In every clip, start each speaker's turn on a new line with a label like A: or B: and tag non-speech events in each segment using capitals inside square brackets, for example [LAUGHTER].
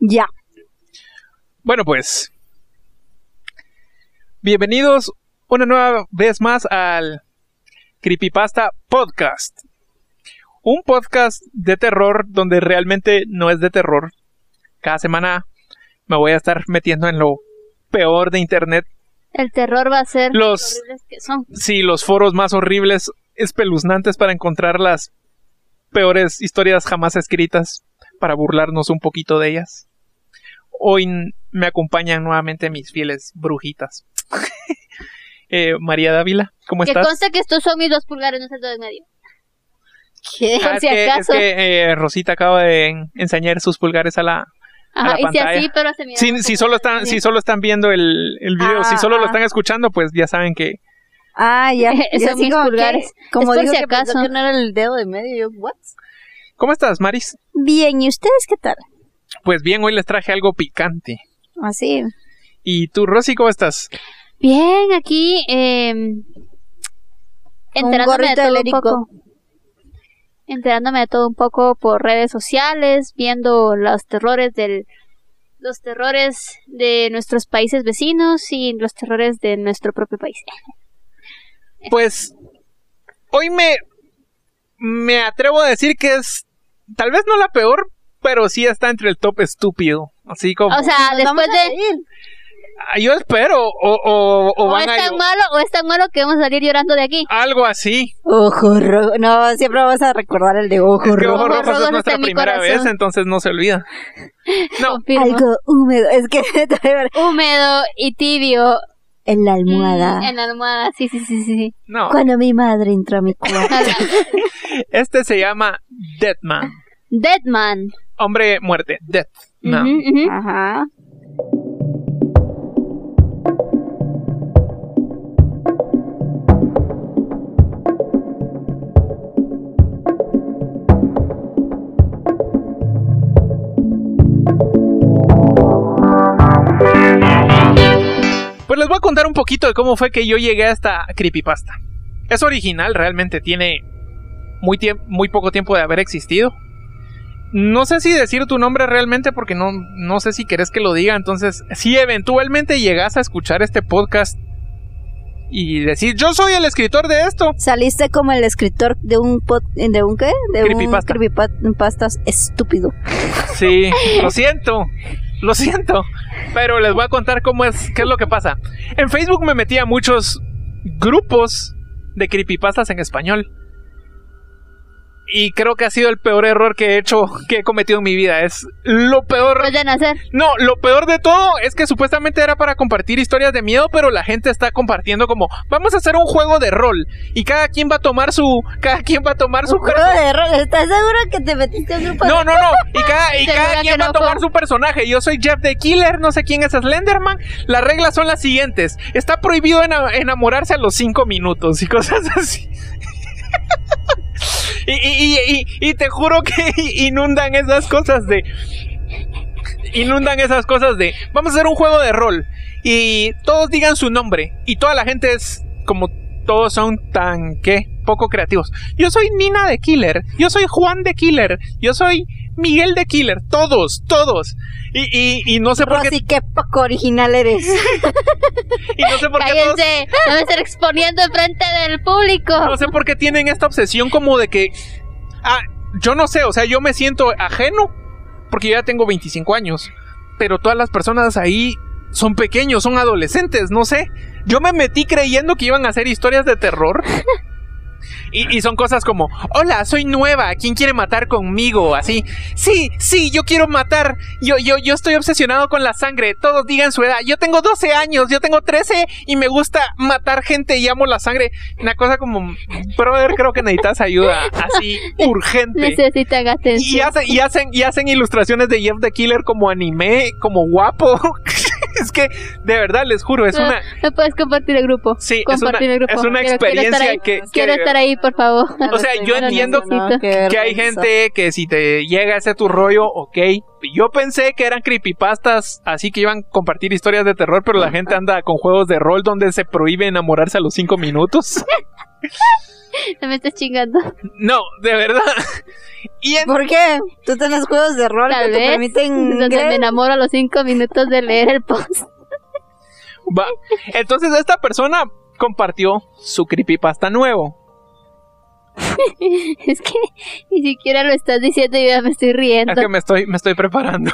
A: Ya.
B: Bueno, pues. Bienvenidos una nueva vez más al Creepypasta Podcast. Un podcast de terror donde realmente no es de terror. Cada semana me voy a estar metiendo en lo peor de internet.
A: El terror va a ser
B: Los-
A: lo horribles que son.
B: Sí, los foros más horribles, espeluznantes para encontrar las peores historias jamás escritas, para burlarnos un poquito de ellas. Hoy n- me acompañan nuevamente mis fieles brujitas. Eh, María Dávila, ¿cómo
A: Que
B: estás?
A: conste que estos son mis dos pulgares, no es el dedo de medio. [LAUGHS] ¿Qué?
B: Ah,
A: Por
B: es
A: si
B: que, es
A: acaso.
B: que, eh, Rosita acaba de en- enseñar sus pulgares a la...
A: Ajá,
B: la
A: y si así,
B: pantalla.
A: pero se mira.
B: Si, si solo están, si solo están viendo el, el video, si
C: Ah,
B: solo lo
C: ah.
B: están escuchando, pues ya saben que
C: Ah, [LAUGHS] ya.
A: Son
C: Yo así
A: mis
C: como
A: pulgares.
C: que- como
A: Es por
C: digo
A: si
C: que
A: acaso.
C: pensó que no era el dedo de medio, yo, what?
B: ¿Cómo estás, Maris?
C: Bien, ¿y ustedes qué tal?
B: Pues bien, hoy les traje algo picante.
C: Así.
B: ¿Y tú, Rosy, cómo estás?
A: Bien, aquí. Eh, enterándome
C: gorrito
A: de todo un
C: alérico.
A: poco. Enterándome de todo un poco por redes sociales, viendo los terrores del los terrores de nuestros países vecinos y los terrores de nuestro propio país.
B: Pues hoy me me atrevo a decir que es tal vez no la peor, pero sí está entre el top estúpido. Así como
A: O sea,
C: Nos vamos
A: después
C: a
A: de
C: reír.
B: ah, yo espero o o, o
A: o es
B: van a
A: tan malo o es tan malo que vamos a salir llorando de aquí.
B: algo así.
C: Ojo rojo. No, siempre vamos a recordar el de ojo
B: Es que
C: rojo.
B: Ojo
A: Ojo
B: Rojo
A: Rojo
B: es
A: está
B: nuestra
A: en mi
B: primera
A: corazón.
B: vez, entonces no se olvida. Ah, No,
A: Confirmo.
C: Algo húmedo. Es que [LAUGHS]
A: Húmedo y tibio.
C: en la
A: Mm,
C: almohada.
A: en la almohada, sí, sí, sí, sí, sí.
B: no.
C: Cuando mi madre entró a mi [LAUGHS] cuarto.
B: Este se llama Deadman.
A: Deadman.
B: Hombre muerte, Death. No.
A: Ujú, ujú.
C: Ajá.
B: Pues les voy a contar un poquito de cómo fue que yo llegué a esta creepypasta. Es original, realmente tiene muy, tiemp- muy poco tiempo de haber existido. No sé si decir tu nombre realmente porque no, no sé si querés que lo diga. Entonces, si eventualmente llegas a escuchar este podcast y decir, yo soy el escritor de esto.
C: Saliste como el escritor de un pod- ¿De un qué? De
B: Creepypasta.
C: un creepypastas estúpido.
B: Sí, lo siento, lo siento. Pero les voy a contar cómo es, qué es lo que pasa. En Facebook me metí a muchos grupos de creepypastas en español. Y creo que ha sido el peor error que he hecho, que he cometido en mi vida. Es lo peor.
A: Después de nacer.
B: No, lo peor de todo es que supuestamente era para compartir historias de miedo, pero la gente está compartiendo como, vamos a hacer un juego de rol. Y cada quien va a tomar su, cada quien va a tomar su
C: Un juego de rol. ¿Estás seguro que te metiste a un grupo de
B: no, no, no. Y cada, y
A: Segura
B: cada
A: que
B: quien va a
A: no
B: tomar
A: fue.
B: su personaje. Yo soy Jeff the Killer, no sé quién es Slenderman. Las reglas son las siguientes. Está prohibido ena- enamorarse a los cinco minutos y cosas [LAUGHS] así. Y, y- y- y- y te juro que [LAUGHS] inundan esas cosas de... Inundan esas cosas de... Vamos a hacer un juego de rol. Y todos digan su nombre. Y toda la gente es como... Todos son tan... ¿Qué? Poco creativos. Yo soy Nina de Killer. Yo soy Juan de Killer. Yo soy Miguel de Killer. Todos, todos. Y, y- y no sé por qué,
C: Rosy, qué poco original eres.
B: y no Ah, sé por qué todos-
A: Cállense, no me estén exponiendo enfrente del público.
B: no sé por qué tienen esta obsesión como de que ah, yo no sé, o sea, yo me siento ajeno porque yo ya tengo 25 años, pero todas las personas ahí son pequeños, son adolescentes, no sé. Yo me metí creyendo que iban a hacer historias de terror. Y, y son cosas como, hola, soy nueva, ¿quién quiere matar conmigo? Así, sí, sí, yo quiero matar, yo, yo, yo estoy obsesionado con la sangre, todos digan su edad, yo tengo 12 años, yo tengo 13 y me gusta matar gente y amo la sangre. Una cosa como, brother, creo que necesitas ayuda, así, urgente.
A: Necesitan
B: Y
A: atención.
B: hacen, y hacen, y hacen ilustraciones de Jeff the Killer como anime, como guapo. [LAUGHS] es que, de verdad, les juro, es
A: No,
B: una,
A: No puedes compartir el grupo.
B: sí, es una,
A: Compartir el grupo.
B: es una
A: Quiero- quiero estar
B: experiencia
A: ahí.
B: que,
A: Quiero
B: que-
A: estar ahí, por favor.
B: [LAUGHS]
A: [LAUGHS]
B: O sea, yo
A: Lo
B: entiendo
A: necesito.
B: que hay gente que si te llega ese tu rollo, ok. Yo pensé que eran creepypastas, así que iban a compartir historias de terror, pero la gente anda con juegos de rol donde se prohíbe enamorarse a los cinco minutos. [LAUGHS]
A: No me estés chingando.
B: No, de verdad. [LAUGHS] Y en-
C: ¿Por qué? Tú tenés juegos de rol
A: Tal
C: que te
A: vez,
C: permiten
A: donde me
C: ¿qué?
A: enamoro a los cinco minutos de leer el post. [LAUGHS]
B: Va. Entonces esta persona compartió su creepypasta nuevo.
A: Es que ni siquiera lo estás diciendo y ya me estoy riendo.
B: Es que me estoy, me estoy
A: [LAUGHS]
B: preparando.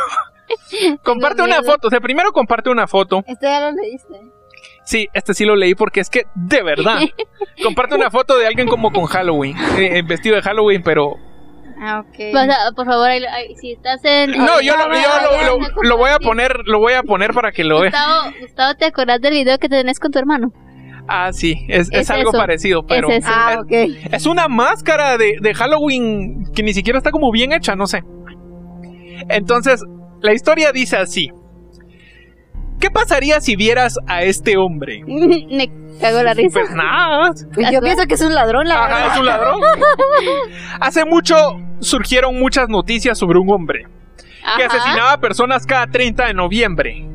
B: comparte
A: Tengo
B: una
A: miedo.
B: foto. O sea, primero comparte una foto.
C: Esto ya lo leíste.
B: Sí, este sí lo leí porque es que, de
A: [LAUGHS]
B: verdad, comparte una foto de alguien como con Halloween, eh, eh, vestido de Halloween, pero...
C: Ah, ok.
A: Vas a- por favor, ahí- ahí- si estás en...
B: No, yo, lo, yo lo, lo- lo voy a
A: compartir.
B: poner, lo voy a poner para que lo vean.
A: Gustavo, Gustavo, ¿te acordás del video que tenés con tu hermano?
B: Ah, sí, es, es
A: Es
B: algo
A: eso.
B: parecido, pero...
A: Es eso.
C: Ah, ok.
B: Es una máscara de, de Halloween que ni siquiera está como bien hecha, no sé. Entonces, la historia dice así. ¿Qué pasaría si vieras a este hombre?
A: me cago la risa.
B: Pues nada.
C: Pues yo pienso que es un ladrón, la
B: Ajá,
C: verdad.
B: es un
A: [LAUGHS]
B: ladrón. Hace mucho surgieron muchas noticias sobre un hombre que
A: Ajá.
B: asesinaba a personas cada 30 de noviembre.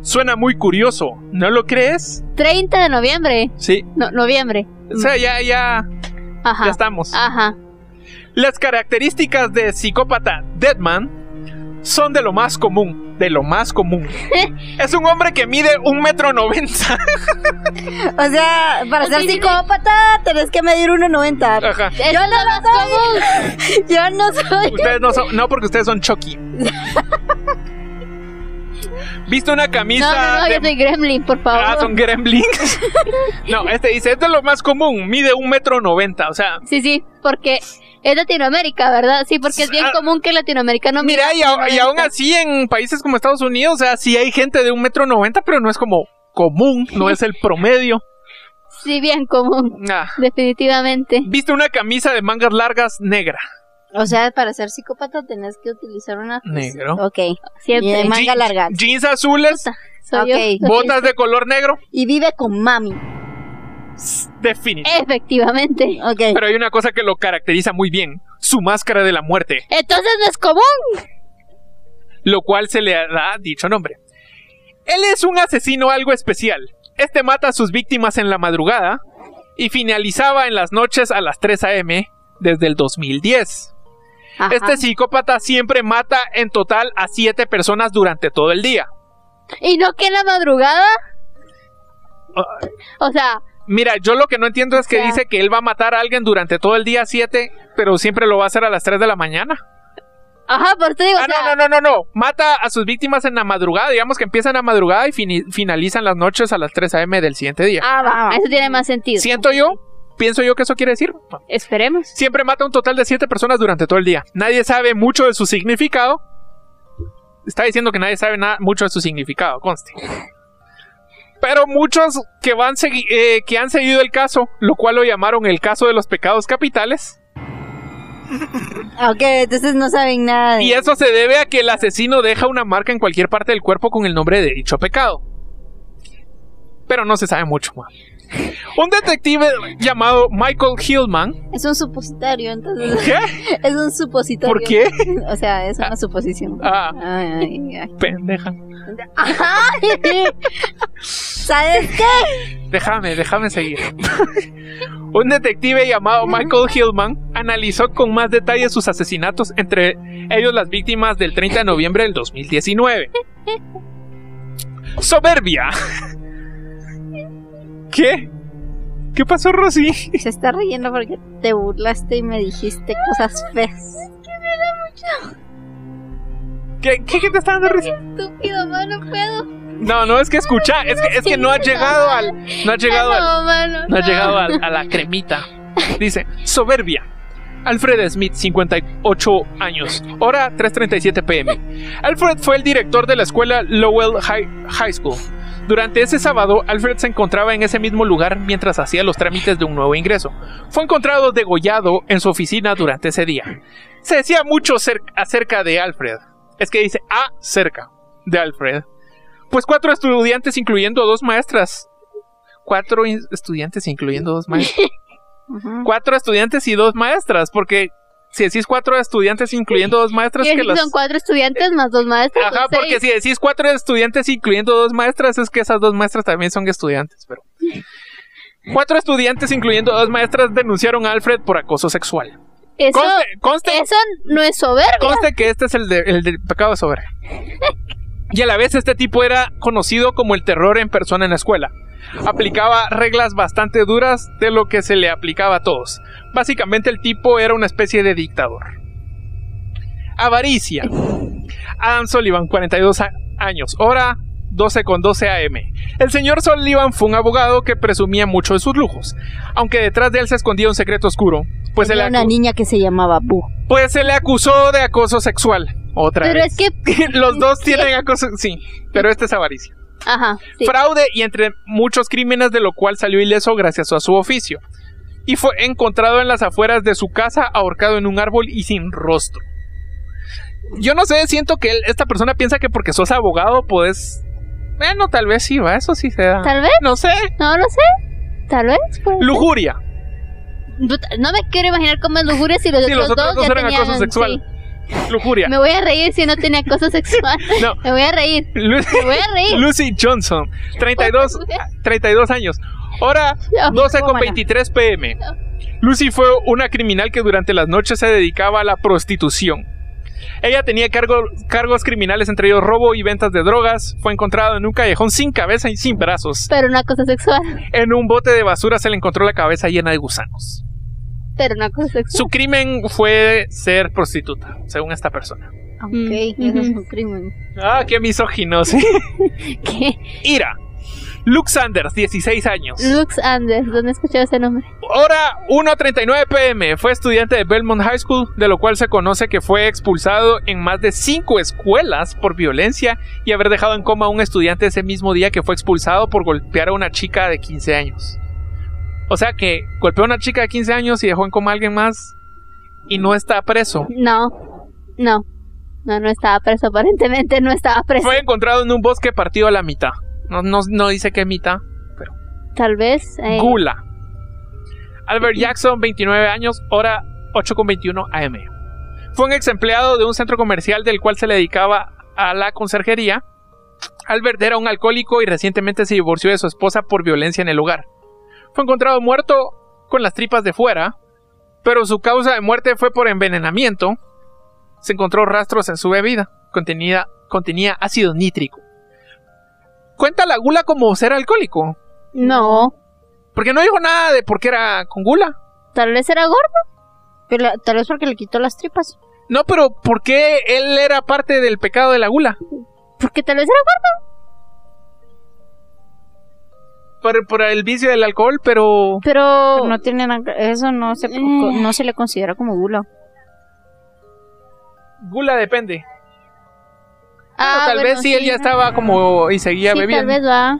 B: Suena muy curioso, ¿no lo crees?
A: 30 de noviembre.
B: Sí.
A: No, noviembre.
B: O sea, ya, ya,
A: Ajá. Ah.
B: ya estamos.
A: Ajá.
B: Las características de psicópata Deadman son de lo más común, de lo más
A: [LAUGHS]
B: común. es un hombre que mide un metro noventa. [LAUGHS]
C: O sea, para
A: Ok,
C: ser
A: dile.
C: psicópata tenés que medir 1.90.
B: Ajá.
A: Es lo más común.
C: Yo no soy.
B: Ustedes no son, no porque ustedes son
A: [LAUGHS]
B: Chucky. Viste una
A: No,
B: camisa
A: no, no,
B: de-
A: yo soy gremlin, por favor.
B: Ah, son gremlins. [LAUGHS] no, este dice, esto es lo más común, mide un metro noventa, o sea.
A: Sí, sí, porque es Latinoamérica, ¿verdad? Sí, porque es bien
B: Ah.
A: común que el latinoamericano mire
B: Mira, y, a- y aún así en países como Estados Unidos, o sea, sí hay gente de un metro noventa, pero no es como común, no es el promedio.
C: [LAUGHS]
A: Sí, bien común.
B: Ah.
A: Definitivamente.
B: Viste una camisa de mangas largas negra.
C: O sea, para ser psicópata tenés que utilizar una.
B: Negro.
C: Ok. Y
A: Siempre.
C: de manga
B: Jean-
C: larga.
B: Jeans azules,
A: Soy yo.
C: Ok.
B: botas de color negro.
C: Y vive con mami.
B: Definitivamente.
A: Efectivamente.
C: Ok.
B: Pero hay una cosa que lo caracteriza muy bien. Su máscara de la muerte,
A: Entonces no es común.
B: lo cual se le da dicho nombre. Él es un asesino algo especial. Este mata a sus víctimas en la madrugada y finalizaba en las noches a las 3 a.m. desde el 2010.
A: Ajá.
B: Este psicópata siempre mata en total a 7 personas durante todo el día.
A: ¿Y no que en la madrugada?
B: Ah.
A: O sea,
B: Mira, yo lo que no entiendo es que
A: sea-
B: dice que él va a matar a alguien durante todo el día 7, pero siempre lo va a hacer a las 3 de la mañana.
A: ajá, por eso digo, o
B: ah, no,
A: sea,
B: no, no, no, no. Mata a sus víctimas en la madrugada. Digamos que empiezan la madrugada y fini- finalizan las noches a las 3 a.m. del siguiente día.
A: Ah, va,
C: Ah.
A: eso tiene más sentido.
B: Siento yo, pienso yo que eso quiere decir.
A: Esperemos.
B: Siempre mata un total de 7 personas durante todo el día. Nadie sabe mucho de su significado. Está diciendo que nadie sabe nada, mucho de su significado, conste. Pero muchos que, van segui- eh, que han seguido el caso, lo cual lo llamaron el caso de los pecados capitales,
C: Ah, Ok, entonces no saben nada de.
B: Y eso se debe a que el asesino deja una marca en cualquier parte del cuerpo con el nombre de dicho pecado. Pero no se sabe mucho más. Un detective llamado Michael Hillman.
C: Es un supositorio, entonces. [LAUGHS]
B: ¿Qué?
C: Es un supositorio.
B: ¿Por qué?
C: O sea, es una suposición.
B: Ah,
C: Ay, ay, ay.
B: pendeja.
C: [LAUGHS] ¿Sabes qué?
B: Déjame, déjame seguir. [LAUGHS] Un detective llamado Michael Hillman analizó con más detalle sus asesinatos, entre ellos las víctimas del 30 de noviembre del 2019. Soberbia. [LAUGHS] ¿Qué? ¿Qué pasó, Rosy?
C: Se está riendo porque te burlaste y me dijiste cosas feas.
B: ¿Qué, qué, qué te está dando risa?
A: Estúpido, mano, puedo.
B: No, no, es que escucha, es que, es que no ha llegado al. No ha llegado al.
A: No, mano,
B: No ha llegado al- a, la cremita. Dice, soberbia. Alfred Smith, 58 años. Hora 3.37 pm. Alfred fue el director de la escuela Lowell High, High School. Durante ese sábado, Alfred se encontraba en ese mismo lugar mientras hacía los trámites de un nuevo ingreso. Fue encontrado degollado en su oficina durante ese día. Se decía mucho cer- acerca de Alfred. Es que dice acerca de Alfred. Pues cuatro estudiantes, incluyendo dos maestras, cuatro in- estudiantes, incluyendo
A: [LAUGHS]
B: dos maestras.
C: Ujú.
B: cuatro estudiantes y dos maestras, porque si decís cuatro estudiantes, incluyendo dos maestras, que
A: Quiere decir que
B: las.
A: Son cuatro estudiantes más dos maestros.
B: Ajá,
A: son
B: porque
A: seis.
B: si decís cuatro estudiantes, incluyendo dos maestras, es que esas dos maestras también son estudiantes, pero. Cuatro estudiantes, incluyendo dos maestras, denunciaron a Alfred por acoso sexual.
A: Eso,
B: Conste, conste,
A: eso no es soberbia.
B: conste que este es el, de- el del pecado de sobre. Y a la vez este tipo era conocido como el terror en persona en la escuela. Aplicaba reglas bastante duras de lo que se le aplicaba a todos. Básicamente el tipo era una especie de dictador. Avaricia. Adam Sullivan, 42 a- años. Hora 12 con 12 AM. El señor Sullivan fue un abogado que presumía mucho de sus lujos, aunque detrás de él se escondía un secreto oscuro. Pues se le
C: Tenía una
B: acu-
C: niña que se llamaba Bu.
B: pues se le acusó de acoso sexual. Otra
A: Pero
B: vez.
A: es que.
B: [LAUGHS] Los
A: [LAUGHS]
B: dos tienen acoso. Sí, pero este es avaricia.
A: Ajá. sí.
B: Fraude y entre muchos crímenes, de lo cual salió ileso gracias a su oficio. Y fue encontrado en las afueras de su casa, ahorcado en un árbol y sin rostro. Yo no sé, siento que él- esta persona piensa que porque sos abogado, pues. Bueno, tal vez sí, va, eso sí se da.
A: Tal vez,
B: No sé.
A: no lo sé. Tal vez. pues.
B: Lujuria.
A: Puta, No me quiero imaginar cómo es lujuria si los
B: Si
A: otros
B: los otros
A: dos
B: dos
A: ya
B: eran
A: tenían.
B: acoso sexual.
A: sí.
B: Lujuria.
A: Me voy a reír si [LAUGHS] no tenía acoso [LAUGHS] sexual.
B: No.
A: Me voy a reír.
B: Lu-
A: Me voy a reír.
B: Lucy Johnson,
A: Pues,
B: 32, 32 años. Hora
A: Ya,
B: 12 con
A: cómala.
B: 23 pm. Lucy fue una criminal que durante las noches se dedicaba a la prostitución. Ella tenía cargo- cargos criminales, entre ellos robo y ventas de drogas. Fue encontrada en un callejón sin cabeza y sin brazos.
A: Pero una cosa sexual.
B: En un bote de basura se le encontró la cabeza llena de gusanos.
A: Pero una cosa sexual.
B: Su crimen fue ser prostituta, según esta persona.
C: Ok,
A: Mm,
C: eso es
A: ujú.
C: un crimen.
B: Ah, qué misógino, sí.
A: ¿Qué?
B: [LAUGHS] Ira. Luke Sanders, 16 años.
A: Lux Anders. ¿Dónde he escuchado ese nombre?
B: Hora 1.39 pm. Fue estudiante de Belmont High School, de lo cual se conoce que fue expulsado en más de cinco escuelas por violencia y haber dejado en coma a un estudiante ese mismo día que fue expulsado por golpear a una chica de 15 años. O sea que golpeó a una chica de 15 años y dejó en coma a alguien más y no está preso.
A: No. No. No, no estaba preso. Aparentemente no estaba preso.
B: Fue encontrado en un bosque partido a la mitad. No, no, no dice qué mitad.
A: Tal vez. eh,
B: Gula. Albert Jackson, 29 años, hora 8.21 AM. Fue un ex empleado de un centro comercial del cual se le dedicaba a la conserjería. Albert era un alcohólico y recientemente se divorció de su esposa por violencia en el hogar. Fue encontrado muerto con las tripas de fuera, pero su causa de muerte fue por envenenamiento. Se encontró rastros en su bebida, contenida, contenía ácido nítrico. Cuenta la gula como ser alcohólico.
A: no.
B: Porque no dijo nada de por qué era con gula.
A: Tal vez era gordo.
C: Pero la- tal vez porque le quitó las tripas.
B: No, pero ¿por qué él era parte del pecado de la gula?
A: Porque tal vez era gordo.
B: Por, por el vicio del alcohol, pero...
A: Pero.
C: No tiene nada que- eso no se,
A: Mm.
C: no se le considera como gula.
B: Gula depende.
A: Ah,
B: Bueno, tal
A: bueno,
B: vez sí, él ya estaba como... y seguía
A: Sí, tal
B: bebiendo.
A: vez va.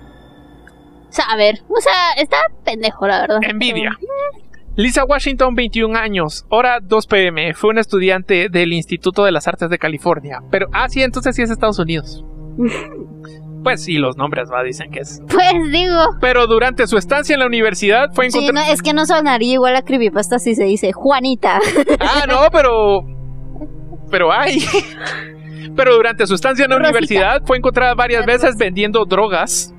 A: O sea, a ver. O sea, está pendejo,
B: [LAUGHS]
A: la verdad.
B: Envidia. Lisa Washington, 21 años, hora 2 pm, fue una estudiante del Instituto de las Artes de California. Pero, ah, sí, entonces sí es Estados
A: [LAUGHS]
B: Unidos. pues sí, los nombres, va, dicen que es.
A: Pues digo.
B: Pero durante su estancia en la universidad fue
C: Sí,
B: encontrada...
C: no, es que no sonaría igual a creepypasta si se dice Juanita.
B: Ah, no, pero. Pero hay. Pero durante su estancia en la
A: Rosita.
B: universidad fue encontrada varias veces vendiendo drogas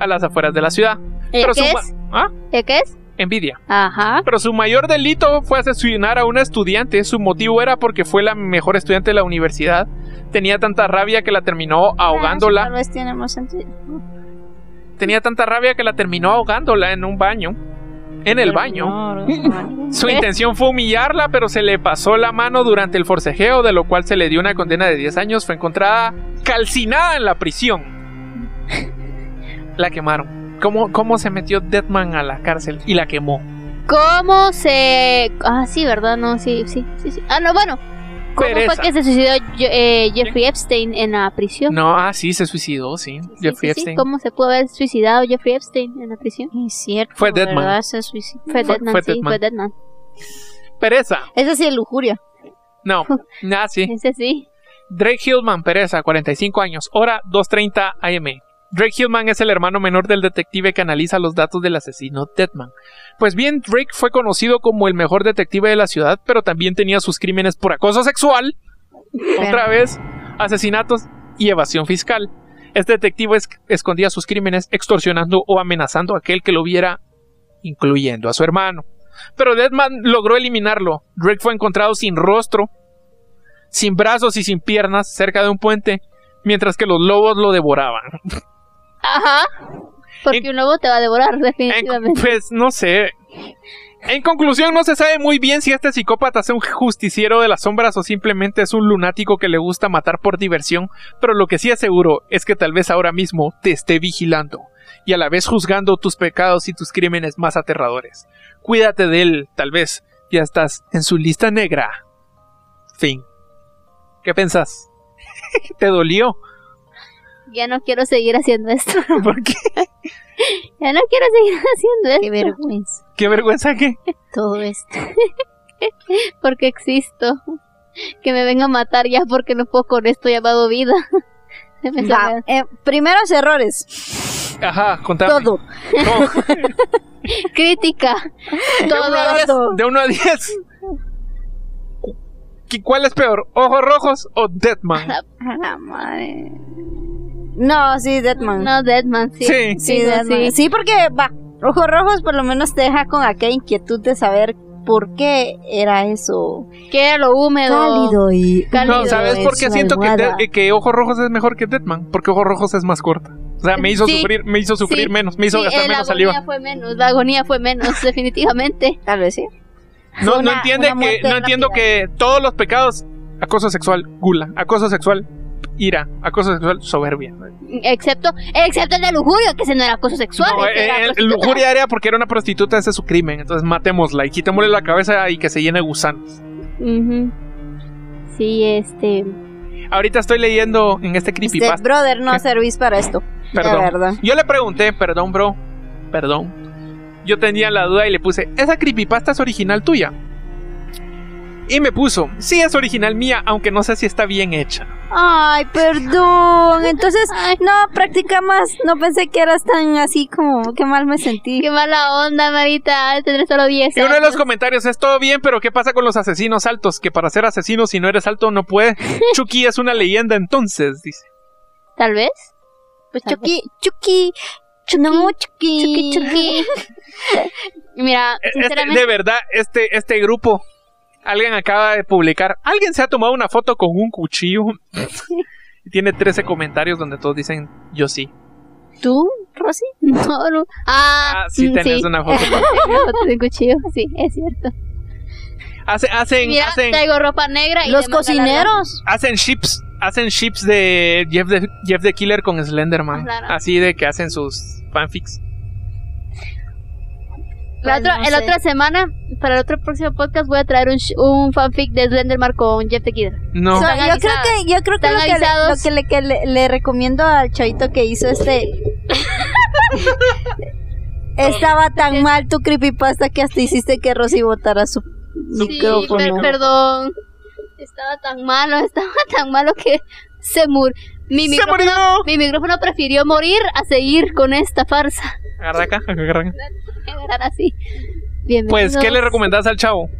B: a las afueras de la ciudad.
A: ¿Ella
B: Pero su
A: qué
B: ma-
A: es?
B: ¿Ah?
A: ¿Ella qué es?
B: Envidia.
A: Ajá.
B: Pero su mayor delito fue asesinar a una estudiante. Su motivo era porque fue la mejor estudiante de la universidad. Tenía tanta rabia que la terminó
A: Ah,
C: Tal
B: ahogándola.
C: vez tiene más sentido.
B: Tenía tanta rabia que la terminó ahogándola en un baño. En el baño.
C: No, no.
B: Su intención fue humillarla, pero se le pasó la mano durante el forcejeo, de lo cual se le dio una condena de 10 años. Fue encontrada calcinada en la prisión. La quemaron. ¿Cómo, cómo se metió Deadman a la cárcel y la quemó?
A: ¿Cómo se.? Ah, sí, ¿verdad? No, sí, sí, sí. sí. Ah, no, bueno. ¿Cómo
B: Pereza.
A: fue que se suicidó Yo- eh, Jeffrey Epstein en la prisión?
B: No, ah, sí, se suicidó, sí.
A: Sí,
B: Jeffrey
A: sí, sí.
B: Epstein.
A: ¿Cómo se pudo haber suicidado Jeffrey Epstein en la prisión?
C: Es cierto.
B: Fue Deadman.
C: ¿verdad? Se suicidó.
A: Fue
B: Mm, Fue-
A: Deadman,
B: fue
A: sí,
B: Deadman.
A: fue Deadman.
B: Pereza.
C: Esa sí es lujuria.
B: [LAUGHS] No, ah, sí.
A: Ese sí.
B: Drake Hillman Pereza, 45 años, hora 2.30 AM. Drake Hillman es el hermano menor del detective que analiza los datos del asesino Deadman. Pues bien, Drake fue conocido como el mejor detective de la ciudad, pero también tenía sus crímenes por acoso sexual, otra vez, asesinatos y evasión fiscal. Este detective es- escondía sus crímenes extorsionando o amenazando a aquel que lo viera, incluyendo a su hermano. Pero Deadman logró eliminarlo. Drake fue encontrado sin rostro, sin brazos y sin piernas cerca de un puente, mientras que los lobos lo devoraban.
A: Ajá. Porque
B: En-
A: un lobo te va a devorar,
B: En-
A: definitivamente.
B: pues no sé. En conclusión, no se sabe muy bien si este psicópata es un justiciero de las sombras o simplemente es un lunático que le gusta matar por diversión, pero lo que sí es seguro es que tal vez ahora mismo te esté vigilando y a la vez juzgando tus pecados y tus crímenes más aterradores. Cuídate de él, tal vez ya estás en su lista negra. Fin. ¿Qué pensás? ¿Te dolió?
A: Ya no quiero seguir haciendo esto. [LAUGHS]
B: ¿Por qué?
A: Ya no quiero seguir [LAUGHS] haciendo esto.
C: Qué [LAUGHS] vergüenza.
B: ¿Qué vergüenza que?
C: Todo esto.
A: [LAUGHS] Porque existo. Que me venga a matar ya porque no puedo con esto llamado vida. [LAUGHS] Se me
C: Va,
A: sale-
C: eh, primeros errores.
B: Ajá, contame.
C: Todo.
B: No.
A: Crítica.
B: De 1 a
A: Todo.
B: 10.
C: Todo.
B: De uno a diez. ¿Cu- ¿Cuál es peor? ¿Ojos rojos o
C: [LAUGHS]
B: Deadman?
C: A la madre. No, sí, Deadman.
A: No, Deadman, sí.
B: Sí.
C: sí,
A: no,
C: Deadman.
A: sí.
C: Sí, porque va. Ojos Rojos por lo menos te deja con aquella inquietud de saber por qué era eso.
A: Que era lo húmedo.
C: Cálido y.
A: Cálido.
B: No, ¿sabes por qué
C: es
B: siento que,
C: malvada.
B: de- que Ojos Rojos es mejor que Deadman? Porque Ojos Rojos es más corta. O sea, me hizo
A: Sí.
B: sufrir, me hizo sufrir
A: Sí.
B: menos, me hizo
A: Sí,
B: gastar
A: eh,
B: menos
A: la
B: saliva.
A: agonía fue menos, la agonía fue menos, [LAUGHS] definitivamente.
C: Tal vez sí.
B: No,
C: Fue
B: no
C: una-
B: entiende
C: una
B: que,
C: muerte
B: no entiendo
C: rápida.
B: que todos los pecados, acoso sexual, gula, acoso sexual, ira, acoso sexual, soberbia.
A: Excepto, excepto el de lujurio, que ese no era acoso sexual.
B: No,
A: ese era
B: eh, eh,
A: prostituta.
B: lujuria era porque era una prostituta, ese es su crimen. Entonces matémosla y quitémosle la cabeza y que se llene de gusanos.
A: Ujú. Sí, este.
B: Ahorita estoy leyendo en este creepypasta.
C: Usted, brother, no
B: ¿Qué?
C: servís para esto.
B: Perdón.
C: De verdad.
A: [LAUGHS]
B: Yo le pregunté, perdón, bro, perdón. Yo tenía la duda y le puse, ¿esa creepypasta es original tuya? Y me puso, sí es original mía, aunque no sé si está bien hecha.
C: Ay, perdón. Entonces,
A: Ay.
C: no, practica más. No pensé que eras tan así como que mal me sentí.
A: Qué mala onda, Marita. Tendré solo 10.
B: Y uno de
A: años.
B: los comentarios es todo bien, pero ¿qué pasa con los asesinos altos? Que para ser asesino, si no eres alto, no puedes. Chucky es una leyenda entonces, dice.
A: Tal vez.
C: Pues
A: Tal
C: Chucky, Chucky, Chucky, no, Chucky,
A: Chucky, chucky. Mira,
B: E- este-
A: sinceramente.
B: de verdad, este, este grupo, alguien acaba de publicar, alguien se ha tomado una foto con un cuchillo. y tiene 13 comentarios donde todos dicen, yo sí.
C: ¿Tú, Rosy?
A: [LAUGHS] No, no. Ah,
B: Ah, sí,
A: mm,
B: tenés
A: [LAUGHS] sí.
B: una foto.
A: Tengo cuchillo, sí, es cierto.
B: Hace- hacen,
A: Mira,
B: hacen,
A: traigo ropa negra y
C: Los
A: de manga
C: cocineros.
B: hacen chips, hacen chips de Jeff the, Jeff the Killer con Slenderman.
A: Ah, Claro.
B: Así de que hacen sus fanfics.
A: La,
C: Pues
A: otra,
C: no
A: la
C: sé.
A: otra semana, para el otro próximo podcast, voy a traer un, sh- un fanfic de Slenderman con Jeff the Kid.
B: No.
C: So,
A: Están
C: yo creo
A: avisados.
C: que, yo creo que
A: Están
C: lo que, le, lo
A: avisados.
C: que, le, que le- le recomiendo al chavito que hizo
A: [LAUGHS]
C: este. Estaba tan mal tu creepypasta que hasta hiciste que Rosy votara su micrófono.
A: per- perdón. Estaba tan malo, [LAUGHS] estaba tan malo que se murió. Mi
B: ¡Se
A: micrófono,
B: murió!
A: mi micrófono prefirió morir a seguir con esta farsa. [LAUGHS]
B: Agarra acá, agarra acá.
A: Quedar así. Bienvenidos.
B: Pues, ¿qué le recomendás al chavo?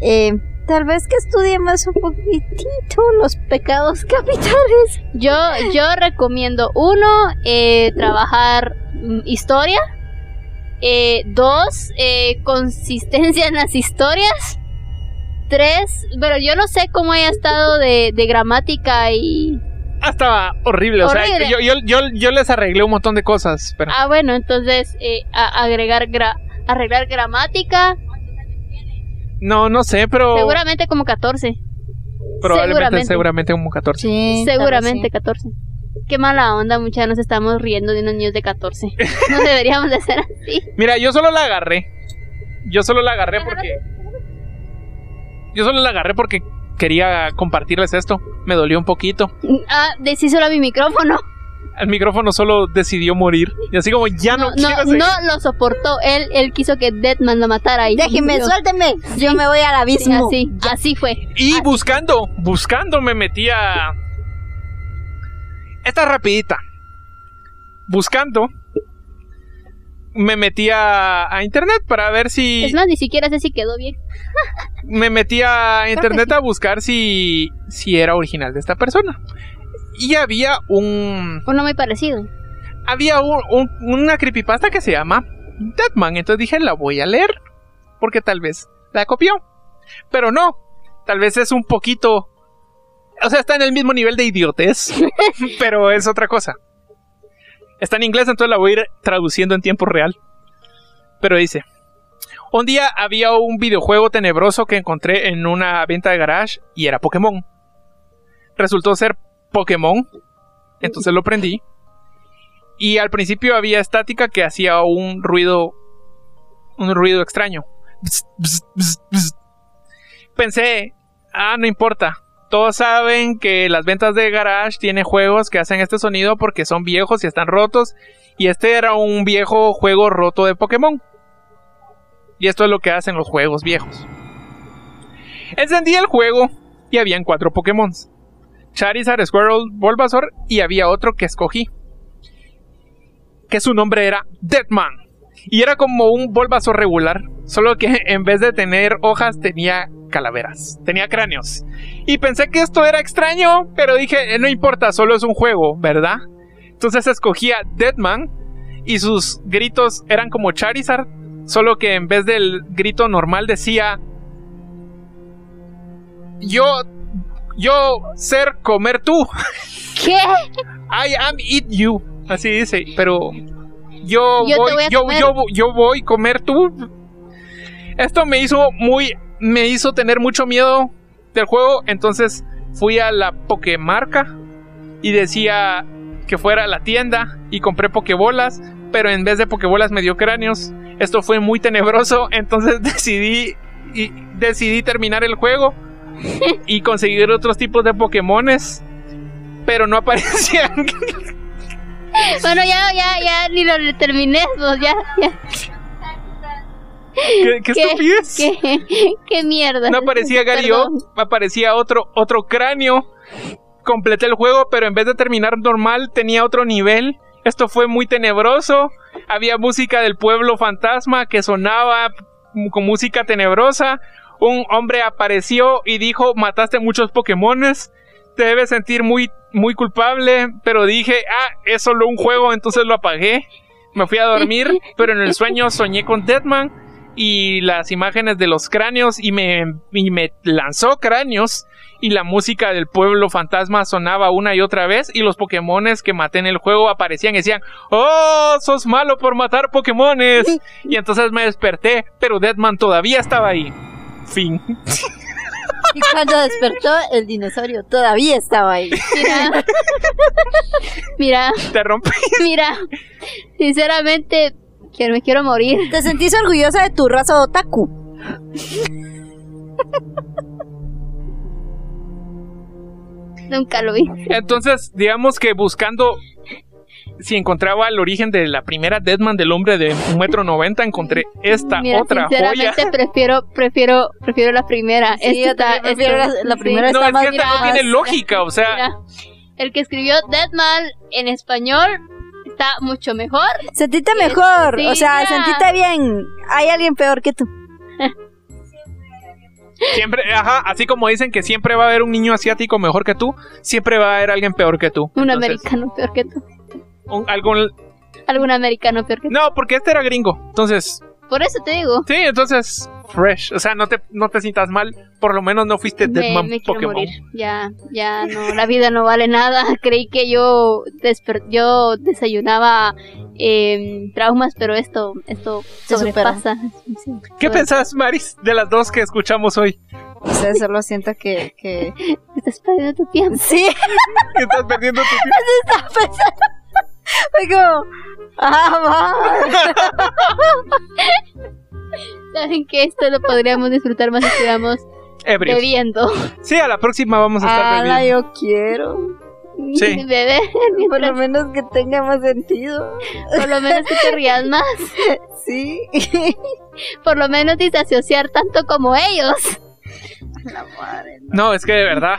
C: Eh, tal vez que estudie más un poquitito los pecados capitales.
A: Yo, yo recomiendo, uno, eh, trabajar mm, historia. Eh, dos, eh, consistencia en las historias. Tres, pero yo no sé cómo haya estado de, de gramática y...
B: Ah, estaba horrible. O sea,
A: Horrible.
B: yo, yo, yo, yo les arreglé un montón de cosas, pero
A: Ah, bueno, entonces eh, a- agregar gra- arreglar gramática,
B: no, no sé, pero
A: seguramente como 14.
B: probablemente,
A: seguramente.
B: seguramente como 14.
C: Sí,
A: Seguramente 14. Qué mala onda, muchachos, nos estamos riendo de unos niños de 14. No deberíamos de hacer así.
B: Mira, yo solo la agarré. Yo solo la agarré porque. Yo solo la agarré porque quería compartirles esto. Me dolió un poquito.
A: Ah, deshíselo a mi micrófono.
B: El micrófono solo decidió morir. Y así como ya Ah, no,
A: No, no,
B: quiero seguir.
A: no lo soportó. Él, él quiso que Deadman lo matara. Y
C: Déjeme,
A: Yo-
C: suélteme. Yo me voy al
A: sí,
C: abismo.
A: Así, así fue.
B: Y buscando, buscando me metía. Esta es rapidita. Buscando. Me metía a internet para ver si.
A: Es más, ni siquiera sé si quedó bien.
B: me metí a
C: que
B: internet a buscar si, si era original de esta persona. Y había un.
A: Uno muy parecido.
B: Había un- un- una creepypasta que se llama Deadman. Entonces dije, la voy a leer. porque tal vez la copió. Pero no, tal vez es un poquito... O sea, está en el mismo nivel de idiotez, pero es otra cosa. Está en inglés, entonces la voy a ir traduciendo en tiempo real. Pero dice... Un día había un videojuego tenebroso que encontré en una venta de garage y era Pokémon. Resultó ser Pokémon, entonces lo prendí. Y al principio había estática que hacía un ruido. un ruido extraño. Bzz, bzz, bzz, bzz. Pensé, ah, no importa. Todos saben que las ventas de garage tienen juegos que hacen este sonido porque son viejos y están rotos. Y este era un viejo juego roto de Pokémon. Y esto es lo que hacen los juegos viejos. Encendí el juego y habían cuatro Pokémon. Charizard, Squirrel, Bulbasaur y había otro que escogí. Que su nombre era Deadman. Y era como un Bulbasaur regular, solo que [LAUGHS] en vez de tener hojas tenía calaveras, tenía cráneos. Y pensé que esto era extraño, pero dije, "Eh, no importa, solo es un juego, ¿verdad? Entonces escogía Deadman y sus gritos eran como Charizard, Solo que en vez del grito normal decía. Yo. Yo ser comer tú.
A: ¿Qué?
B: I am eat you. Así dice. Pero. Yo,
A: Yo te
B: voy,
A: voy a
B: yo,
A: comer.
B: yo- yo voy comer tú. Esto me hizo muy. Me hizo tener mucho miedo del juego. Entonces fui a la Pokemarca. Y decía que fuera a la tienda. Y compré Pokebolas. Pero en vez de Pokebolas me dio cráneos. Esto fue muy tenebroso, [LAUGHS] entonces decidí y decidí terminar el
A: [LAUGHS]
B: juego y conseguir otros tipos de Pokémones, pero no [LAUGHS] aparecían.
A: Bueno, ya, ya, ya, ni lo terminé, pues, ya, [LAUGHS] ya.
B: ¿Qué, qué
A: ¿Qué?
B: estupidez?
A: ¿Qué, qué mierda?
B: No aparecía Gary O,
A: Perdón.
B: aparecía otro otro cráneo. Completé el juego, pero en vez de terminar normal tenía otro nivel. Esto fue muy tenebroso. Había música del pueblo fantasma que sonaba m- con música tenebrosa. Un hombre apareció y dijo, "Mataste muchos Pokémones. Te debes sentir muy muy culpable", pero dije, "Ah, es solo un juego", entonces lo apagué. Me fui a dormir,
A: [LAUGHS]
B: pero en el sueño soñé con Deadman y las imágenes de los cráneos y me, y me lanzó cráneos y la música del pueblo fantasma sonaba una y otra vez y los Pokémones que maté en el juego aparecían y decían, ¡Oh, sos malo por matar Pokémones! y entonces me desperté, pero Deadman todavía estaba ahí. Fin. [LAUGHS]
C: Y [LAUGHS] cuando despertó, el dinosaurio todavía estaba ahí.
A: Mira.
B: pues,
A: [LAUGHS] Mira,
B: Te rompí.
A: mira. Sinceramente, que me quiero morir.
C: ¿Te sentís orgullosa de tu raza otaku?
A: Nunca lo vi.
B: Entonces, digamos que buscando si encontraba el origen de la primera Deadman del hombre de un metro noventa, encontré esta
A: Mira,
B: otra joya.
A: sinceramente prefiero, prefiero, prefiero la primera.
C: Sí, yo también prefiero la- la primera.
B: No,
C: está
B: es
C: más
B: que esta no
C: mirada.
B: tiene lógica, o sea...
A: Mira, el que escribió Deadman en español está mucho mejor.
C: Sentite
A: Sí,
C: mejor,
A: sí,
C: o sea,
A: ya.
C: sentite bien. Hay alguien peor que tú.
B: Siempre, ajá, así como dicen que siempre va a haber un niño asiático mejor que tú, siempre va a haber alguien peor que tú.
A: Un
B: Entonces,
A: americano peor que tú.
B: un- algún,
A: Algún americano peor que tú.
B: no, porque este era gringo. Entonces,
A: Por eso te digo.
B: sí, entonces, fresh. O sea, no te, no te sientas mal. Por lo menos no fuiste
A: Me,
B: Deadman
A: me quiero
B: Este Pokémon.
A: morir. Ya, ya no, la vida no vale nada. [LAUGHS] Creí que yo desper- yo desayunaba em, traumas, pero esto, esto
C: Se supera.
A: sobrepasa. Sí.
B: ¿Qué pensás, Maris, de las dos que escuchamos hoy? [LAUGHS]
C: O sea, solo siento que... que...
A: Estás perdiendo tu tiempo.
C: [LAUGHS]
A: [LAUGHS]
C: Sí,
B: Estás perdiendo tu tiempo.
C: fue como... Ah, va.
A: Saben que esto lo podríamos disfrutar más si estuviéramos
B: Ebrios.
A: bebiendo.
B: Sí, a la próxima vamos a
A: Ah,
B: estar
C: Ala,
B: bebiendo.
C: yo quiero.
B: Sí.
A: [LAUGHS] Bebé,
C: [LAUGHS] Por lo menos que tenga más sentido.
A: por lo menos que te rías más.
C: Sí. [LAUGHS]
A: Por lo menos disociar tanto como
B: [LAUGHS]
A: ellos.
B: No, es que de verdad.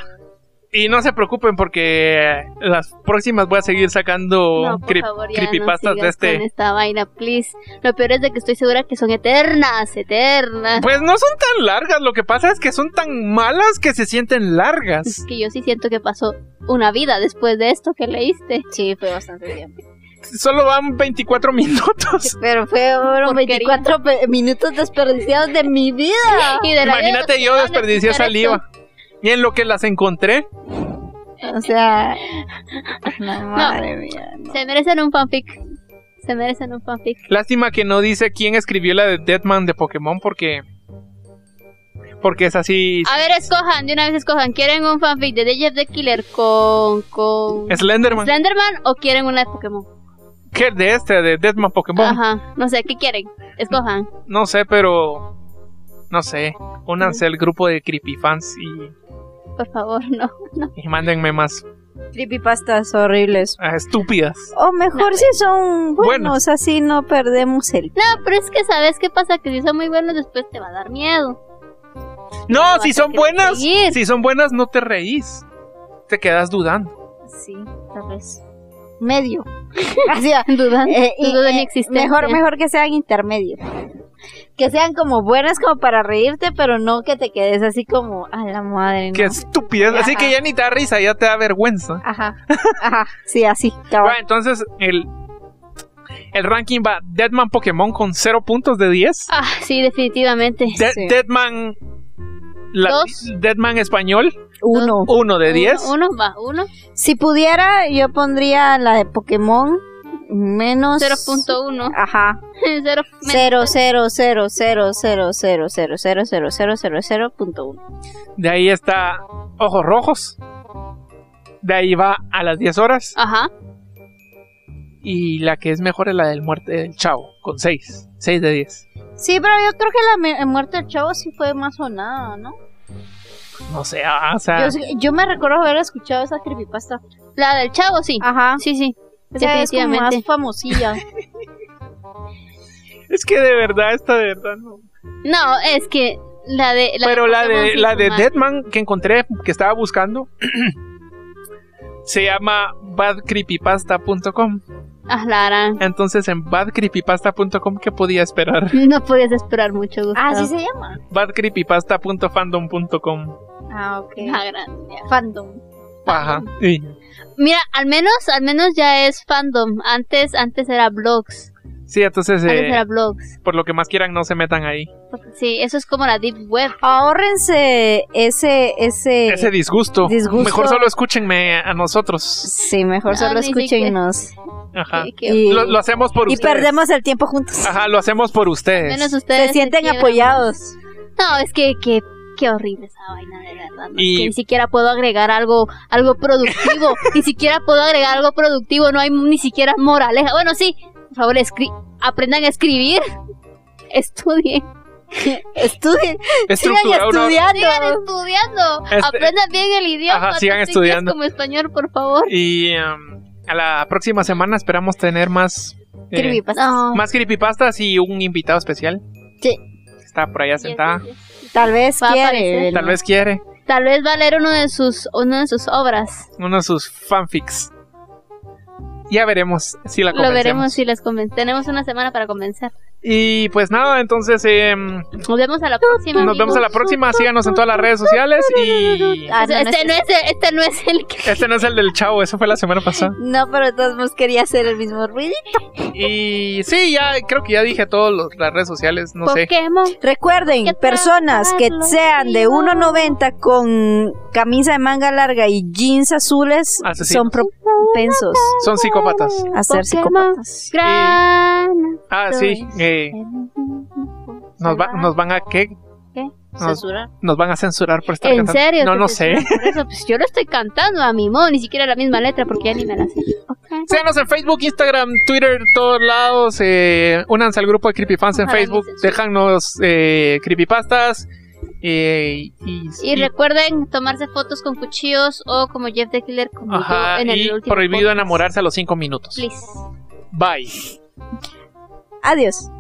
B: Y no se preocupen porque las próximas voy a seguir sacando
A: No, por
B: creep-
A: favor, ya no
B: creepypastas de
A: sigas
B: este.
A: con esta vaina, please. Lo peor es de que estoy segura que son eternas, eternas.
B: Pues no son tan largas, lo que pasa es que son tan malas que se sienten largas.
A: Es que yo sí siento que pasó una vida después de esto que leíste.
C: Sí, fue bastante bien.
B: Solo van 24 [LAUGHS] minutos.
C: Pero fueron
A: Porquería.
C: 24 pe- minutos desperdiciados de mi vida.
A: [LAUGHS] Y de la vida
B: Imagínate
A: que
B: yo
A: van a
B: desperdicié
A: escuchar
B: saliva. Y en lo que las encontré,
C: O sea, no, madre mía.
A: esto. Se merecen un fanfic. Se merecen un fanfic.
B: lástima que no dice quién escribió la de Deadman de Pokémon porque... Porque es así...
A: A ver, escojan, de una vez escojan. ¿Quieren un fanfic de The Jeff the Killer con, con
B: Slenderman.
A: Slenderman o quieren una de Pokémon?
B: ¿Qué de este? De Deadman Pokémon.
A: Ajá, no sé, ¿qué quieren? Escojan.
B: No sé, pero... No sé. Únanse al grupo de Creepy Fans y,
A: Por favor, no.
B: y mándenme más
C: Creepypastas horribles.
B: ah, estúpidas.
C: O mejor si son buenos,
B: Buenos.
C: así no perdemos el.
A: No, pero es que sabes qué pasa, que si son muy buenos después te va a dar miedo.
B: No,
A: vas
B: si
A: a
B: son
A: querer
B: buenas,
A: seguir.
B: si son buenas no te reís. Te quedas dudando.
A: Sí, tal vez.
C: Medio. [LAUGHS] Así,
A: Dudan,
C: eh, [LAUGHS] y-
A: dudo de mi
C: eh,
A: existencia.
C: Mejor, mejor que sean intermedios. Que sean como buenas como para reírte, pero no que te quedes así como a la madre. ¿no?
B: Qué estupidez. Así
C: Ajá.
B: que ya ni te da risa, ya te da vergüenza.
C: Ajá, ajá, sí, así.
B: Va,
C: cabal.
B: entonces el, el ranking va Deadman Pokémon con 0 puntos de 10.
A: Ah, sí, definitivamente.
B: De-
C: sí.
B: Deadman la-
A: Dos.
B: Deadman español
C: Uno.
B: 1 de 10.
A: Uno, uno, va, uno.
C: Si pudiera, yo pondría la de Pokémon menos.
A: 0.1.
C: Ajá.
A: [LAUGHS] Cero- me-
C: Cero, cero, cero, cero, cero, cero, cero, cero, cero, cero, cero, cero, punto uno.
B: De ahí está Ojos Rojos. De ahí va a las 10 horas.
A: Ajá.
B: Y la que es mejor es la del muerte del chavo, con 6. 6 de 10.
C: Sí, pero yo creo que la me- el muerte del chavo sí fue más sonada, ¿no?
B: No sé, ah, o sea.
C: Yo, yo me recuerdo haber escuchado esa creepypasta.
A: La del chavo, sí.
C: Ajá.
A: Sí, sí.
C: Esa es como
A: definitivamente.
C: más famosilla.
B: Es que de verdad, esta de verdad no.
A: No, es que la de. La
B: Pero la
A: Pokémon
B: de
A: sí
B: la
A: es
B: de
A: más-
B: Deadman que encontré, que estaba buscando, [CLEARS THROAT] se llama badcreepypasta.com.
A: Ah, la harán.
B: Entonces en badcreepypasta.com, ¿qué podía esperar? [LAUGHS]
A: No podías esperar mucho,
C: [LAUGHS]
A: Gustavo.
C: ah, sí se llama.
B: Badcreepypasta.fandom.com.
C: Ah, [LAUGHS] ok.
A: La gran- ya.
C: Fandom.
B: Paja. Sí.
A: Mira, al menos, al menos ya es fandom. Antes, antes era blogs.
B: Sí, entonces, eh,
A: Antes era blogs.
B: por lo que más quieran, no se metan ahí.
A: Sí, eso es como la deep web.
C: Ahórrense ese, ese.
B: Ese disgusto.
C: Eh, disgusto.
B: Mejor solo escúchenme a nosotros.
C: Sí, mejor
A: No,
C: solo
A: Ah, ni siquiera.
C: escúchenos.
B: Ajá.
A: Que- que-
C: Y,
B: Lo, lo hacemos por
C: y
B: ustedes. Ah.
C: perdemos el tiempo juntos.
B: Ajá, lo hacemos por ustedes.
A: menos ustedes
C: Se sienten
A: quiebran.
C: apoyados.
A: No, es que, que qué horrible esa vaina de verdad. ¿no?
B: Y-
A: Es que ni siquiera puedo agregar algo algo
C: [LAUGHS]
A: productivo, ni siquiera puedo agregar algo productivo, no hay ni siquiera moraleja. Bueno, sí, por favor, escri- aprendan a escribir. [LAUGHS] Estudien,
B: [LAUGHS]
C: Estudien, sigan
B: Estructura una-
C: estudiando.
A: sigan estudiando,
B: Este-
A: aprendan bien el idioma.
B: Ajá, sigan
A: tanto inglés
B: estudiando.
A: Como español, por favor.
B: Y em, a la próxima semana esperamos tener más eh,
C: Creepypastas.
A: No.
B: más creepypastas y un invitado especial.
C: Sí.
B: Está por allá sentada.
C: Tal vez
A: Va a
C: quiere.
A: aparecer.
B: Tal vez quiere
A: Tal vez va a leer uno de sus, uno de sus obras.
B: uno de sus fanfics. Ya veremos si la
A: Lo veremos
B: convencemos.
A: si les conven- Tenemos una semana para convencer.
B: Y pues nada, entonces em,
A: Nos vemos a la próxima.
B: nos vemos a la
A: amigos.
B: próxima. Síganos en todas las redes sociales y
C: Ah, no, no
A: este,
C: es
A: no es el, este no es el que...
B: este no es el del chavo, eso fue la semana pasada.
C: No, pero de todos modos quería hacer el mismo ruido.
B: Y sí, ya creo que ya dije todas las redes sociales, no sé.
A: Pokémon.
C: Recuerden,
A: Que
C: personas que
A: trabajarlo,
C: sean de
A: sí, no.
C: 1.90 con camisa de manga larga y jeans azules
B: Asesinos.
C: son propensos
B: Son psicópatas.
C: a ser
A: Pokémon.
C: psicópatas.
A: Gran.
B: Ah, sí. eh, nos, va- nos van a qué?
A: ¿Qué?
B: Nos, nos van a censurar por estar
A: ¿En
B: cantando.
A: serio?
B: No,
A: ¿Te
B: no sé.
A: censuran por eso? Pues yo lo estoy cantando a mi modo, ni siquiera la misma letra porque ya ni me la sé. Ok.
B: Síganos en Facebook, Instagram, Twitter, todos lados. Eh, únanse al grupo de Creepyfans en
A: Ojalá me
B: Facebook.
A: censuren.
B: Déjanos eh, creepypastas. eh, y,
A: Y
B: y-
A: recuerden tomarse fotos con cuchillos o como Jeff the Killer como yo
B: ajá,
A: en el
B: y
A: último
B: prohibido
A: podcast.
B: enamorarse a los 5 minutos.
A: Please.
B: Bye.
C: Adiós.